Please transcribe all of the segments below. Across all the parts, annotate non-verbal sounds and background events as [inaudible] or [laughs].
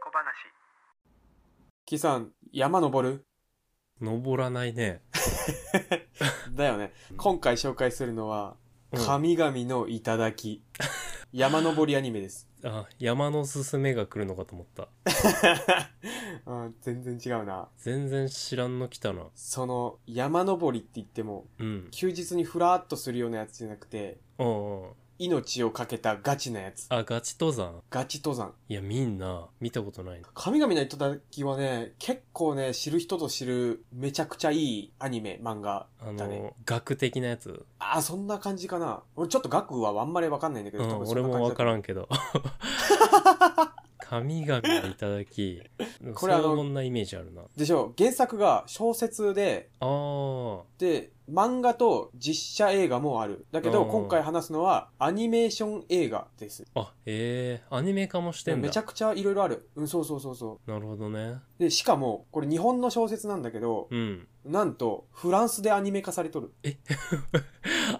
小話キさん、山登る登らないね。だよね。今回紹介するのは、うん神々の頂き。山登りアニメです。あ、山のすすめが来るのかと思った。うん、全然違うな。全然知らんの来たな。その、山登りって言っても、うん。休日にふらーっとするようなやつじゃなくて、うんうん。命を懸けたガチなやつ。あ、ガチ登山。ガチ登山。いや、みんな、見たことない。神々の頂きはね、結構ね、知る人と知る、めちゃくちゃいいアニメ、漫画あだね。の、学的なやつ。あー、そんな感じかな。俺ちょっと額はあんまりわかんないんだけうど、多ん、分そんな俺も感じわだからんけど。神々のいただき。 [laughs] ここれれあのそんなイメージあるな。でしょ原作が小説で、あー。で、漫画と実写映画もある。だけど、うん今回話すのはアニメーション映画です。あ、えー、アニメ化もしてんだ。めちゃくちゃいろいろある。うん、そうそうそうそなるほどね。う。で、しかも、これ日本の小説なんだけど、 [laughs] うん。なんと、フランスでアニメ化されとる。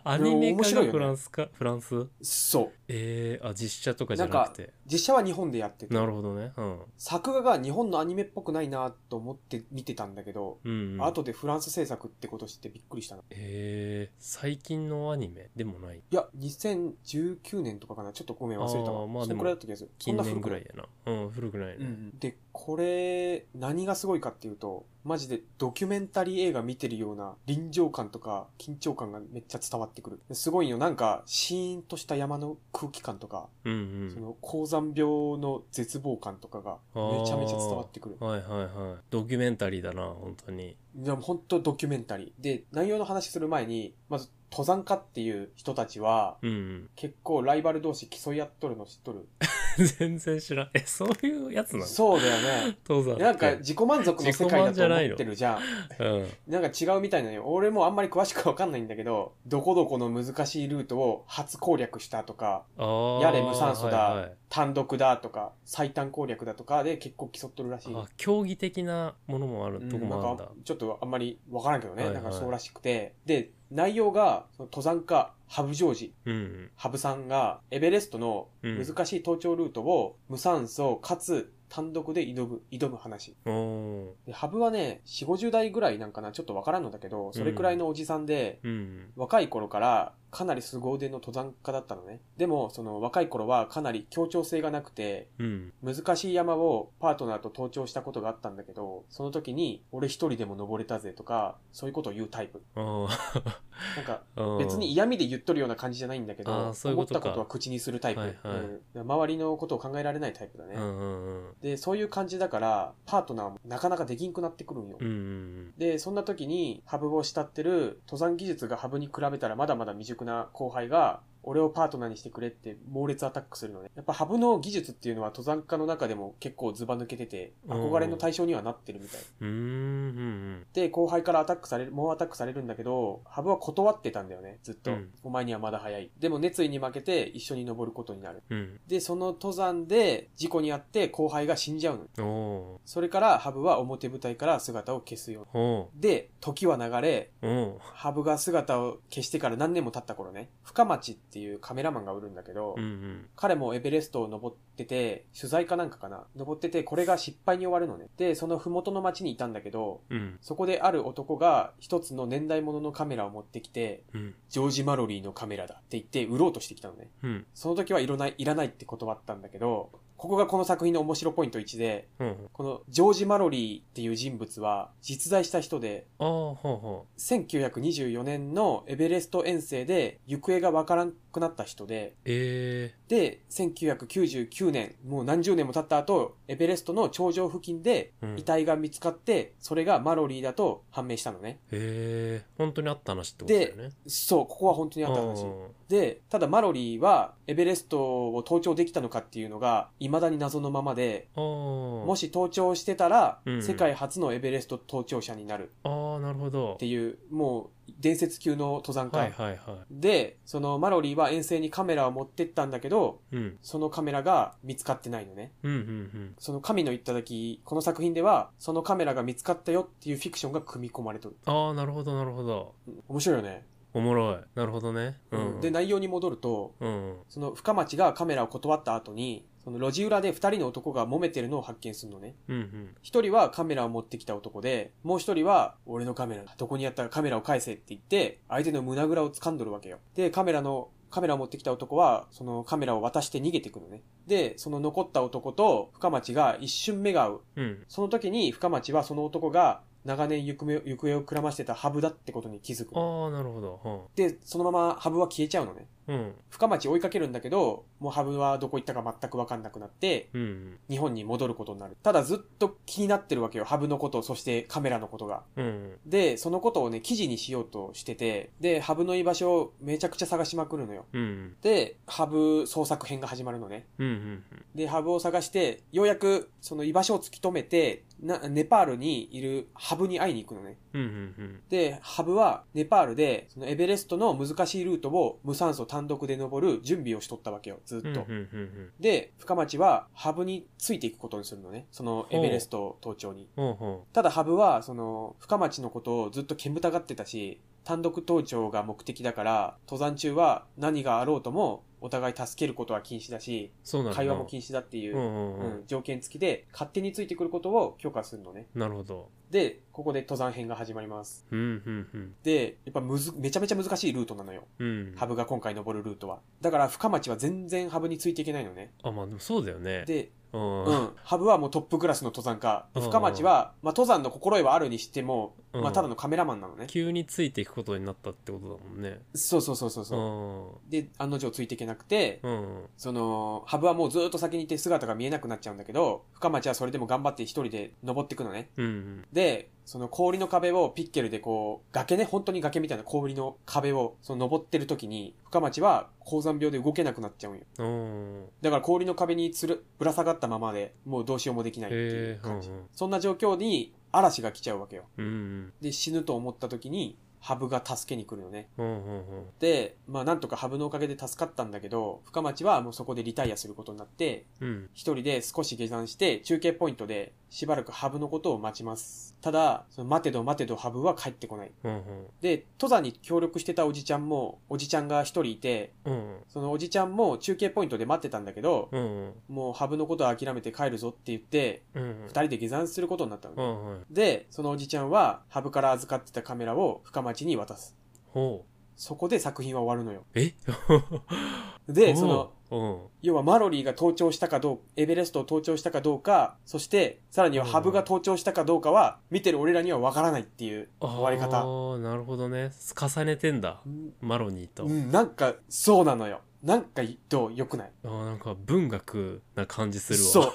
アニメ面化白いよがねフランスか、フランスそう。えー、あ、実写とかじゃなくて。実写は日本でやっててなるほどね。うん。作画が日本のアニメっぽくないなと思って見てたんだけど、うん、うん。後でフランス制作ってこと知ってびっくりしたな。えー、最近のアニメでもないいや、2019年とかかな。ちょっとごめん、忘れたあわ。ーまあそのくらいだった気がする。そん近な古年くぐらいやなうん古くないね、で、これ、何がすごいかっていうと、マジでドキュメンタリー映画見てるような臨場感とか緊張感がめっちゃ伝わってくる。ですごいよ、なんか、シーンとした山の空気感とか、うんその高山病の絶望感とかがめちゃめちゃ伝わってくるう。んはいはいはいドキュメンタリーだな本当にいや、本当ドキュメンタリー。で、内容の話する前に、まず、登山家っていう人たちは、うん、うん、結構ライバル同士競い合っとるの知っと [laughs] る。 [laughs] 全然知らんえそういうやつなのそうだよね。登山ってなんか自己満足の世界だと思ってるじゃん。うんなんか違うみたいなのよ。俺もあんまり詳しくわかんないんだけど、どこどこの難しいルートを初攻略したとか、あーやれ無酸素だはいはい単独だとか、最短攻略だとかで結構競っとるらしい。あ競技的なものもあうるんとこなもあるんんだ、かちょっとあんまりわからんけどね、はいはいなんかそうらしくて。で、内容が、その登山家、ハブジョージ、うんうんハブさんが、エベレストのうん難しい登頂ルートを無酸素かつ単独で挑む、挑む話。おーで、ハブはね、4、50代ぐらいなんかな、ちょっとわからんのだけど、それくらいのおじさんで、うん若い頃からかなり凄腕の登山家だったのね。でも、その若い頃はかなり協調性がなくて、うん難しい山をパートナーと登頂したことがあったんだけど、その時に、俺一人でも登れたぜとか、そういうことを言うタイプ。あなんか、[laughs] ー別に嫌味で言っとるような感じじゃないんだけあど、ーそういうこと思かったことは口にするタイプ、はいはいうん周りのことを考えられないタイプだね。うんうんうんで、そういう感じだから、パートナーもなかなかできんくなってくるんよ。うんうんで、そんな時に、ハブを慕ってる、登山技術がハブに比べたらまだまだ未熟な後輩が、俺をパートナーにしてくれって猛烈アタックするのね。やっぱハブの技術っていうのは登山家の中でも結構ズバ抜けてて、うん憧れの対象にはなってるみたい。うんうんうんで、後輩からアタックされる、猛アタックされるんだけど、ハブは断ってたんだよね、ずっと。うんお前にはまだ早い。でも熱意に負けて一緒に登ることになる。うんで、その登山で事故に遭って後輩が死んじゃうの。うんおそれからハブは表舞台から姿を消すように。ーおで、時は流れ、ーおハブが姿を消してから何年も経った頃ね、深町っていうカメラマンがおるんだけど、ーうんうん彼もエベレストを登ってて、取材かなんかかな登ってて、これが失敗に終わるのね。で、その麓の町にいたんだけど、うんそこである男が一つの年代物のカメラを持ってきて、うんジョージ・マロリーのカメラだって言って売ろうとしてきたのね。うんその時はいらない、いらないって断ったんだけど、ここがこの作品の面白ポイント1で、うんこのジョージ・マロリーっていう人物は実在した人で、ああほうほう1924年のエベレスト遠征で行方がわからなくなった人で、えで、1999年、もう何十年も経った後、エベレストの頂上付近でえうん遺体が見つかって、それがマロリーだと判明したのね。ええ本当にあった話ってことだよねそう、ここは本当にあった話。で、ただマロリーはエベレストを登頂できたのかっていうのが未だに謎のままで、あーもし登頂してたら、うんうん世界初のエベレスト登頂者になるあーなるほどっていう、もう伝説級の登山家。はいはいはで、そのマロリーは遠征にカメラを持ってったんだけど、いうんそのカメラが見つかってないのね。うんうんその神の頂き、この作品では、そのカメラが見つかったよっていうフィクションが組み込まれとる。うんああなるほどなるほど面白いよね。おもろいなるほどねうんで、内容に戻ると、うんその深町がカメラを断った後に、そその路地裏で2人の男が揉めてるのを発見するのね。うんうん。 1人はカメラを持ってきた男で、もう1人は、俺のカメラ、どこにやったらカメラを返せって言って、相手の胸ぐらを掴んどるわけよ。で、カメラの、カメラを持ってきた男は、そのカメラを渡して逃げてくのね。で、その残った男と深町が一瞬目が合う。うん。その時に深町はその男が長年行方行方をくらましてたハブだってことに気づくの。ああ、なるほど。で、そのままハブは消えちゃうのね。うん。うん。深町追いかけるんだけど、もうハブはどこ行ったか全くわかんなくなって、うん。日本に戻ることになる。ただずっと気になってるわけよ。ハブのこと、そしてカメラのことが。うん。で、そのことをね、記事にしようとしてて、で、ハブの居場所をめちゃくちゃ探しまくるのよ。うん。で、ハブ捜索編が始まるのね。うん。うん。で、ハブを探して、ようやくその居場所を突き止めて、な、ネパールにいるハブに会いに行くのね。うん。うん。で、ハブはネパールで、そのエベレストの難しいルートを無酸素単独で登る準備をしとったわけよ、ずっうん。と。うん。うん。で、深町はハブについていくことにするのね。そのエベレスト登頂に。ほうほただハブは、その、深町のことをずっと煙たがってたし、単独登頂が目的だから、登山中は何があろうとも、お互い助けることは禁止だしう、。そうなんだ。会話も禁止だっていうう、ん。う。うんん、条件付きで、勝手についてくることを許可するのね。なるほど。で、ここで登山編が始まります。うん。うん。で、やっぱむず、めちゃめちゃ難しいルートなのよ。うん。ハブが今回登るルートは。だから深町は全然ハブについていけないのね。あ、まあ、でもそうだよね。で、うん。う。ん、ハブはもうトップクラスの登山家。でうん深町は、まあ登山の心得はあるにしても、うんまあただのカメラマンなのね。急についていくことになったってことだもんね。そうそうそうそううそん。う。で、案の定ついていけなくて、うん。その、ハブはもうずっと先にいて姿が見えなくなっちゃうんだけど、深町はそれでも頑張って一人で登っていくのね。うん。で、その氷の壁をピッケルでこう、崖ね、本当に崖みたいな氷の壁を、その登ってる時に、深町は高山病で動けなくなっちゃうんよ。うん。だから氷の壁につる、ぶら下がったままで、もうどうしようもできないっていうへえ。感じ。そんな状況に嵐が来ちゃうわけよ。うん。うん。で、死ぬと思った時に、ハブが助けに来るのね。うん。うん。で、まあなんとかハブのおかげで助かったんだけど、深町はもうそこでリタイアすることになって、うん。一人で少し下山して、中継ポイントでしばらくハブのことを待ちます。ただ、その待てど待てどハブは帰ってこない。うん。で、登山に協力してたおじちゃんも、おじちゃんが一人いて、うん。そのおじちゃんも中継ポイントで待ってたんだけど、うん。もうハブのことは諦めて帰るぞって言って、うん二。人で下山することになったのうね。ん。うん。で、そのおじちゃんは、ハブから預かってたカメラを深町に渡す。ほう。そこで作品は終わるのよ。え [laughs] で、その、、うん。要はマロリーが登頂したかどうか、エベレストを登頂したかどうか、そして、さらにはハブが登頂したかどうかは、見てる俺らにはわからないっていう終わりあ方。ーなるほどね。重ねてんだ。うんマロニーと。うん、なんか、そうなのよ。なんか、どう良くないあーなんか文学な感じするそわ。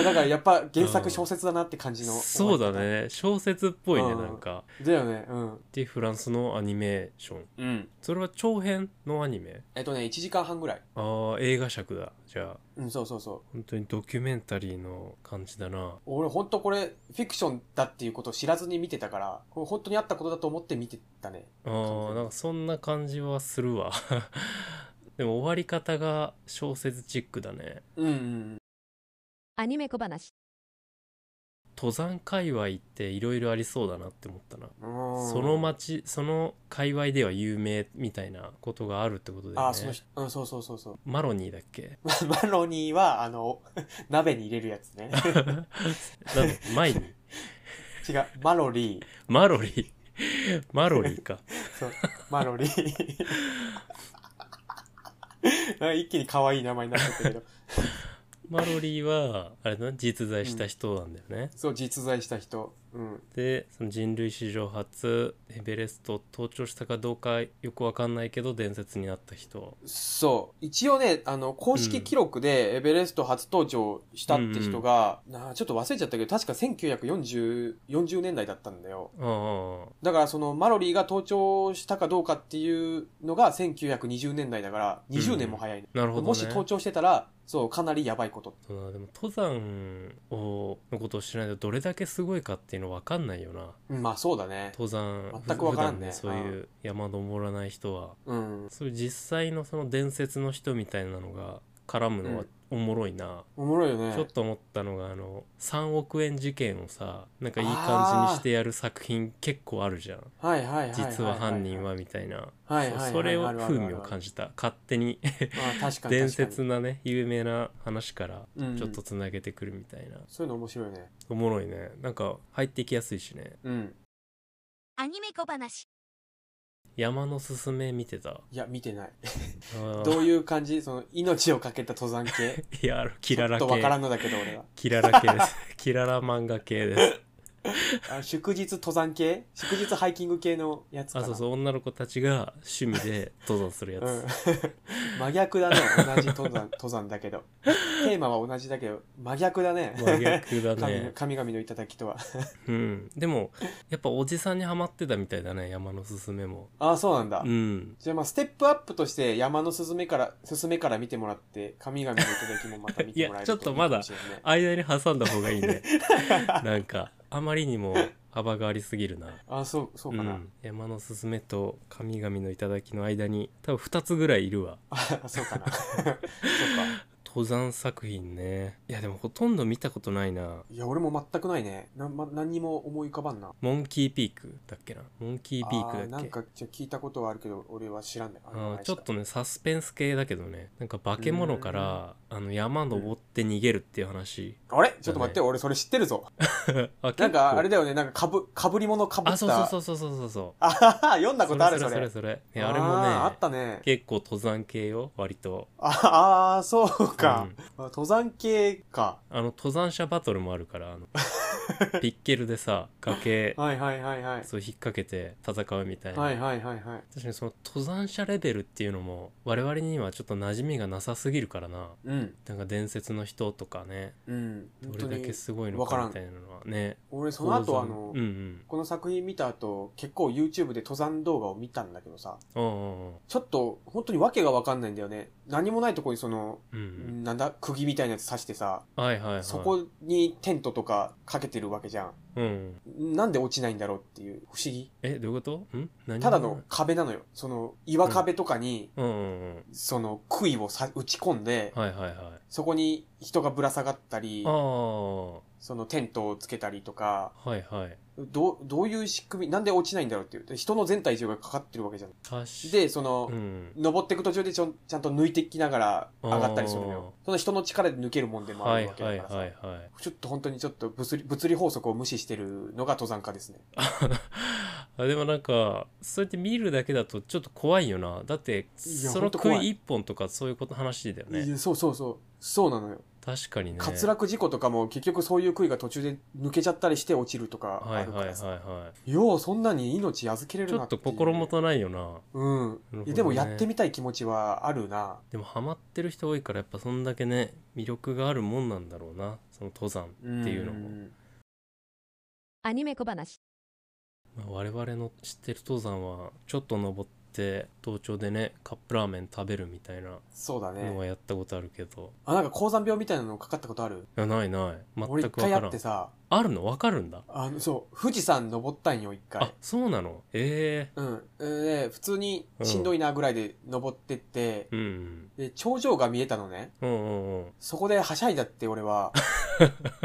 う。だからやっぱ原作小説だなって感じの。 [laughs] そうだ。ね。小説っぽいうね、んなんか。だよね、うん。で、フランスのアニメーション。うん。それは長編のアニメえっとね、1時間半ぐらい。ああ、映画尺だ。じゃあ、うん、そうそうそう。本当にドキュメンタリーの感じだな。俺ほんとこれ、フィクションだっていうことを知らずに見てたから、これ本当にあったことだと思って見てたね。あ完ー全なんかそんな感じはするわ。 [laughs] でも終わり方が小説チックだね。うん、うん。アニメ小話。登山界隈っていろいろありそうだなって思ったな。うんその町、その界隈では有名みたいなことがあるってことだあよあ、そのね。人、うん、そうそうそう [laughs] そう。マロニーだっけマロニーは、あの、 [laughs] 鍋に入れるやつ [laughs] ね。なんだ前違にう、マロリー。マロリー。マロリーか。そう、マロリー。 [laughs] なんか一気に可愛い名前になっちゃったけど。マロリーは、あれだな、実在した人なんだよね。そう、実在した人。うん。でその人類史上初エベレストを登頂したかどうかよくわかんないけど伝説になった人そう。一応ね、あの、公式記録でエベレスト初登頂したって人が、なあちょっと忘れちゃったけど、確か1940、40年代だったんだよ。ああだからその、マロリーが登頂したかどうかっていうのが1920年代だから、20年も早い、ねなるほど、ね、もし登頂してたら、そう、かなりやばいこと。そうだなでも登山をのことを知らないとどれだけすごいかっていうのわかんないよなうんまあそうだね。登山全くわからんね普段そういう山登らない人はうん。そういう実際のその伝説の人みたいなのが絡むのはおもろいな、おもろいよねちょっと思ったのがあの3億円事件をさなんかいい感じにしてやる作品結構あるじゃんはいはいはいいいい実は犯人はみたいなはいはいはいはいそそれをあるあるある風味を感じた勝手に [laughs] まあ確かに確かに伝説なね有名な話からうんちょっとつなげてくるみたいな、そういうの面白いねおもろいねなんか入ってきやすいしねうんアニメ小話。山のすすめ見てたいや見てないどどういう感じその命を懸けた登山系いやあの [laughs] キララちょっとわから系んのだけど俺はキララ系です [laughs] キララ漫画系ですあ祝日登山系祝日ハイキング系のやつかあなそうそう女の子たちが趣味で登山するやつ、うん [laughs] 真逆だね同じ登山 [laughs] 登山だけどテーマは同じだけど真逆だね真逆だ神のね神々の頂きとはうんでもやっぱおじさんにはまってたみたいだね山のすすめもああそうなんだ、うんじゃあまあステップアップとして山のすすめからすすめから見てもらって神々の頂きもまた見てもらえるいやちょっとまだいいかもしれないね間に挟んだ方がいいねなんかあまりにも幅がありすぎるなああそうそうかな、ん、山のすすめと神々の頂の間に多分2つぐらいいるわあ [laughs] そうかなそうか登山作品ねいやでもほとんど見たことないないや俺も全くないねな、ま、何にも思い浮かばんなモンキーピークだっけなモンキーピークだっあけなんかちょ聞いたことはあるけど俺は知らんねあれはあ何ーでちょすっかとねサスペンス系だけどねなんか化け物からあの山登って逃げるっていう話あれちょっと待って、俺それ知ってるぞ。あなんかあれだだよね、なんかかぶ、かぶり物かぶった。あそうそうそうそうそうそうあはは読んだそこうとあるそそれそれれ。それいやあれもねーあったね。結構登山系よ割とああー、そうかう、あん登山系か。あの登山者バトルもあるか [laughs] らあのピッケルでさ崖はいはいはいはい。そう引っ掛けて戦うみたいな、はいはいはいはい。確かにその登山者レベルっていうのも我々にはちょっと馴染みがなさすぎるからなうん。なんか伝説の人とかねうん。本ど当れだにけ。すごいのわかからんみたいなのはね俺その後あ登山の、うんうんこの作品見た後、結構 YouTube で登山動画を見たんだけどさ、おうちょっと本当に訳がわかんないんだよね。何もないとこにその、おうおううんなんだ、釘みたいなやつ刺してさ、うんはいはいはいそこにテントとかかけてるわけじゃん。うんなんで落ちないんだろうっていう不思議。えどういうことん何もただの壁なのよ。その岩壁とかに、うんうんうんその杭をさ打ち込んで、はいはいはいそこに人がぶら下がったりあ、あはそのテントをつけたりとか、いはいどう、どういう仕組み、なんで落ちないんだろうっていう。で人の全体重がかかってるわけじゃん。確かで、その、うん登っていく途中でちょんちゃんと抜いていきながら上がったりするのよ。その人の力で抜けるもんでもあはいるわけだはかいらさ。はいはい [laughs] ちょっと本当にちょっと物理物理法則を無視してるのが登山家ですね。あでもなんかそうやって見るだけだとちょっと怖いよなだっていやそほのんと怖い杭一本とかそういうこと話だよいねやそうそうそう。そうなのよ。確かにね滑落事故とかも結局そういう杭が途中で抜けちゃったりして落ちるとかはあいるはかいはいらさ、はようそんなに命預けれいちるょなっていとう心もとないよなうん、るほどいねやでもやってみたい気持ちはあるなでもハマってる人多いからやっぱそんだけね魅力があるもんなんだろうなその登山ってんいうのも、アニメ小話。まあ我々の知ってる登山はちょっと登って登頂でねカップラーメン食べるみたいなそうだのねはやったことあるけど、あなんか高山病みたいなのかかったことあるいやないない全く俺分一か回らあっんてさあるの分かるんだ、あのそう富士山登ったんよ一あ回そうなのえうんで普通にしんどいなぐらいで登ってってえ、うんで頂上が見えたのねうんうんうんそこではしゃいだって俺 [laughs] は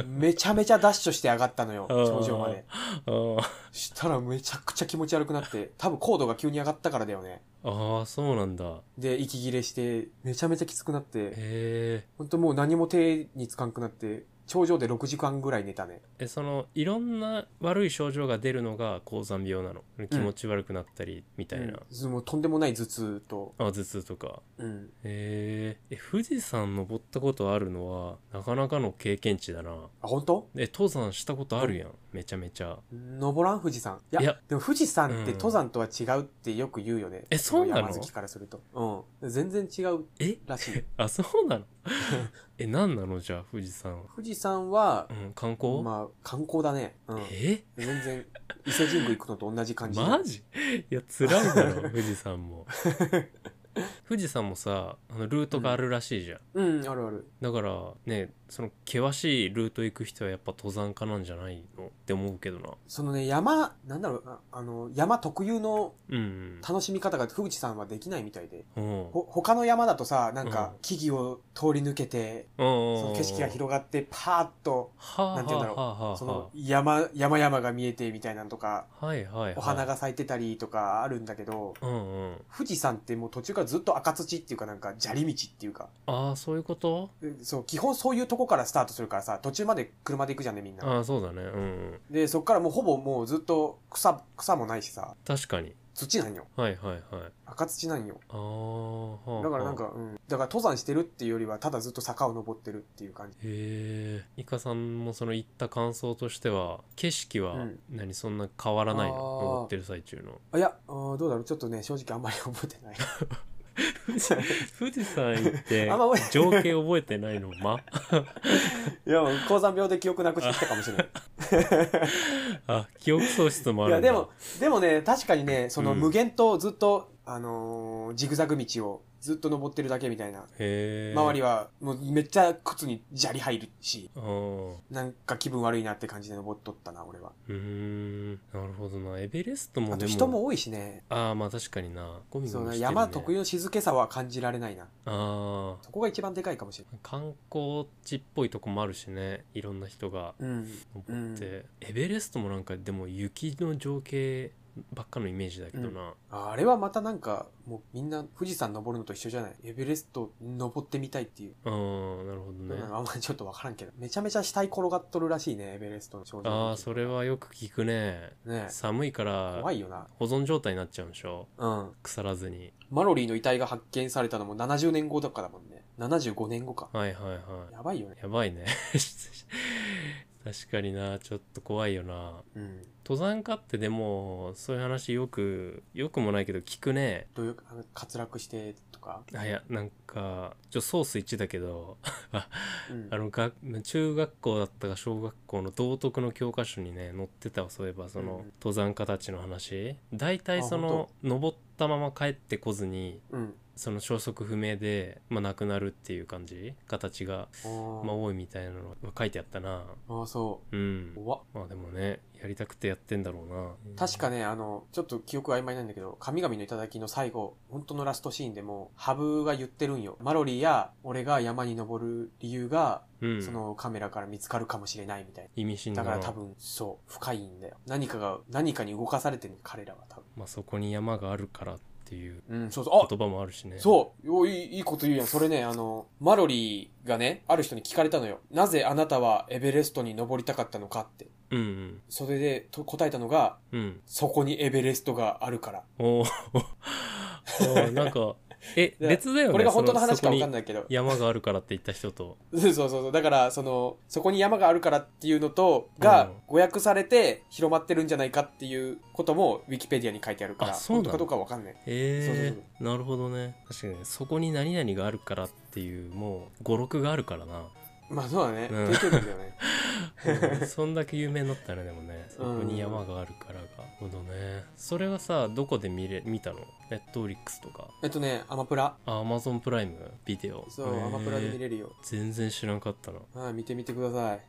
めちゃめちゃダッシュして上がったのよあー頂上までうんあしたらめちゃくちゃ気持ち悪くなって、多分高度が急に上がったからだよね。あーそうなんだで、息切れして、めちゃめちゃきつくなって、へほんともう何も手につかんくなって、頂上で6時間ぐらい寝たね。ええそのいろんな悪い症状が出るのが高山病なの気持ち悪くなったりみたいな、うん、もうとんでもない頭痛と、あ頭痛とかうん。へーえ富士山登ったことあるのはなかなかの経験値だなあ、本当？え登山したことあるやんめちゃめちゃ登らん富士山。いや、いやでも富士山っうんて登山とは違うってよく言うよね。えそうなの山好きからすると。うん。全然違うえらし [laughs] い。あそうなのえ何なのじゃあ富士山富士山はう、ん観光、まあ、観光だね。うん。え全然、伊勢神宮行くのと同じ感じだ。マジいや辛いだろ [laughs] 富士山も富士山もさあのルートがあるらしいじゃん、うん、あるある。だからねその険しいルート行く人はやっぱ登山家なんじゃないのって思うけどなそのね、山、なんだろうな、あの、山特有のうん楽しみ方が、ふ口さんはできないみたいで。うんほ、他の山だとさ、なんかうん、木々を通り抜けて、その景色がが広がって、パーッと、はあなんて言うんだろうはあはあはあその山、山々が見えてみたいなのとか、はいはいはいお花が咲いてたりとかあるんだけど、うんうん富士山ってもう途中からずっと赤土っていうかなんか砂利道っていうか、ああそういうことうんそう、基本そういうとこからスタートするからさ、途中まで車で行くじゃんね、みんな。ああそうだねうんうんで、そっからもうほぼもうずっと草、草もないしさ、確かに土なんよ。はいはいはい赤土なんよ。ああはあだからなんか、うん。だから登山してるっていうよりは、ただずっと坂を登ってるっていう感じ。へえイカさんもその行った感想としては景色はうん何そんな変わらないの、あー登ってる最中のあいや、あーどうだろうちょっとね、正直あんまり覚えてない。富士山行っ [laughs] てあんま覚えて情景覚えてないの [laughs] ま [laughs] いや、もう高山病で記憶なくしてきたかもしれない。あ記憶喪失も [laughs] いあるや、んだでも、でもね、確かにね、そのうん無限とずっと、あのージグザグ道をずっと登ってるだけみたいな。へえ周りはは、もうめっちゃ靴に砂利入るし、あーなんか気分悪いなって感じで登っとったな、俺は。うーんなるほどなエベレストもあでとも人も多いしね。ああまあ確かになゴミそゴミのしてるね山特有の静けさは感じられないな。ああそこが一番でかいかもしれ観光地っぽいとこもあるしねいろんな人がない。うん。登って、エベレストもなんかでも雪の情景ばっかのイメージだけどな、あれはまたなんか、もうみんな富士山登るのと一緒じゃないエベレスト登ってみたいっていう。うん、なるほどどうねなのあんまりちょっとわからんけど。めちゃめちゃ死体転がっとるらしいね、エベレストの頂上ああそれはよく聞くねね寒いから怖いよな。保存状態になっちゃうんでしょうん。腐らずにマロリーの遺体が発見されたのも70年後とかだもんね。75年後か。はいはいはやばいよねい。やばいね [laughs] 確かになちょっと怖いよなうん。登山家ってでもそういう話よくよくもないけど聞くねどういう、あの滑落してとか。あいやなんかちょソース1だけどうん。あのが中学校だったか小学校の道徳の教科書にね載ってたわそういえばそうの、ん登山家たちの話大体そあの本登ったまま帰ってこずにうん。その消息不明で、まあ、亡くなるっていう感じ形が、あーまあ、多いみたいなのが書いてあったなあー、そうんう。怖っまあでもねやりたくてやってんだろうな確かにね、あの、ちょっと記憶曖昧なんだけど、神々の頂きの最後、本当のラストシーンでも、ハブが言ってるんよ。マロリーや俺が山に登る理由が、うんそのカメラから見つかるかもしれないみたいな。意味深だだかなら多分、そう、深いんだよ。何かが、何かに動かされてる彼らは多分。まあ、そこに山があるからっていううん、そうそう。あ言葉もあるしねそうよいい、いいこと言うやん。それね、あの、マロリーがね、ある人に聞かれたのよ。なぜあなたはエベレストに登りたかったのかって。ううんそれでと答えたのが、うんうんそこにエベレストがあるから。おー [laughs] おーなんかえで別だよねこれが本当の話そかわかのそんこにないけど。山があるからって言った人と [laughs] そうそうそう。だから、その、そこに山があるからっていうのと、がうん誤訳されて広まってるんじゃないかっていうことも、ウィキペディアに書いてあるから、あそうな本当のかどうかわかんない。えそうそうー、なるほどね確かにねそこに何々があるからっていうもう語録があるから [laughs] な、まあそうだね。うん定型文だよね。うんそんだけ有名になったねでもねそこに山があるからが、なるほどねそれはさどこで見れ見たのネットフリックスとか [laughs] えっとね、アマプラ。あアマゾンプライムビデオそう、アマプラで見るれるよ。全然知らんかったなはい、見てみてください。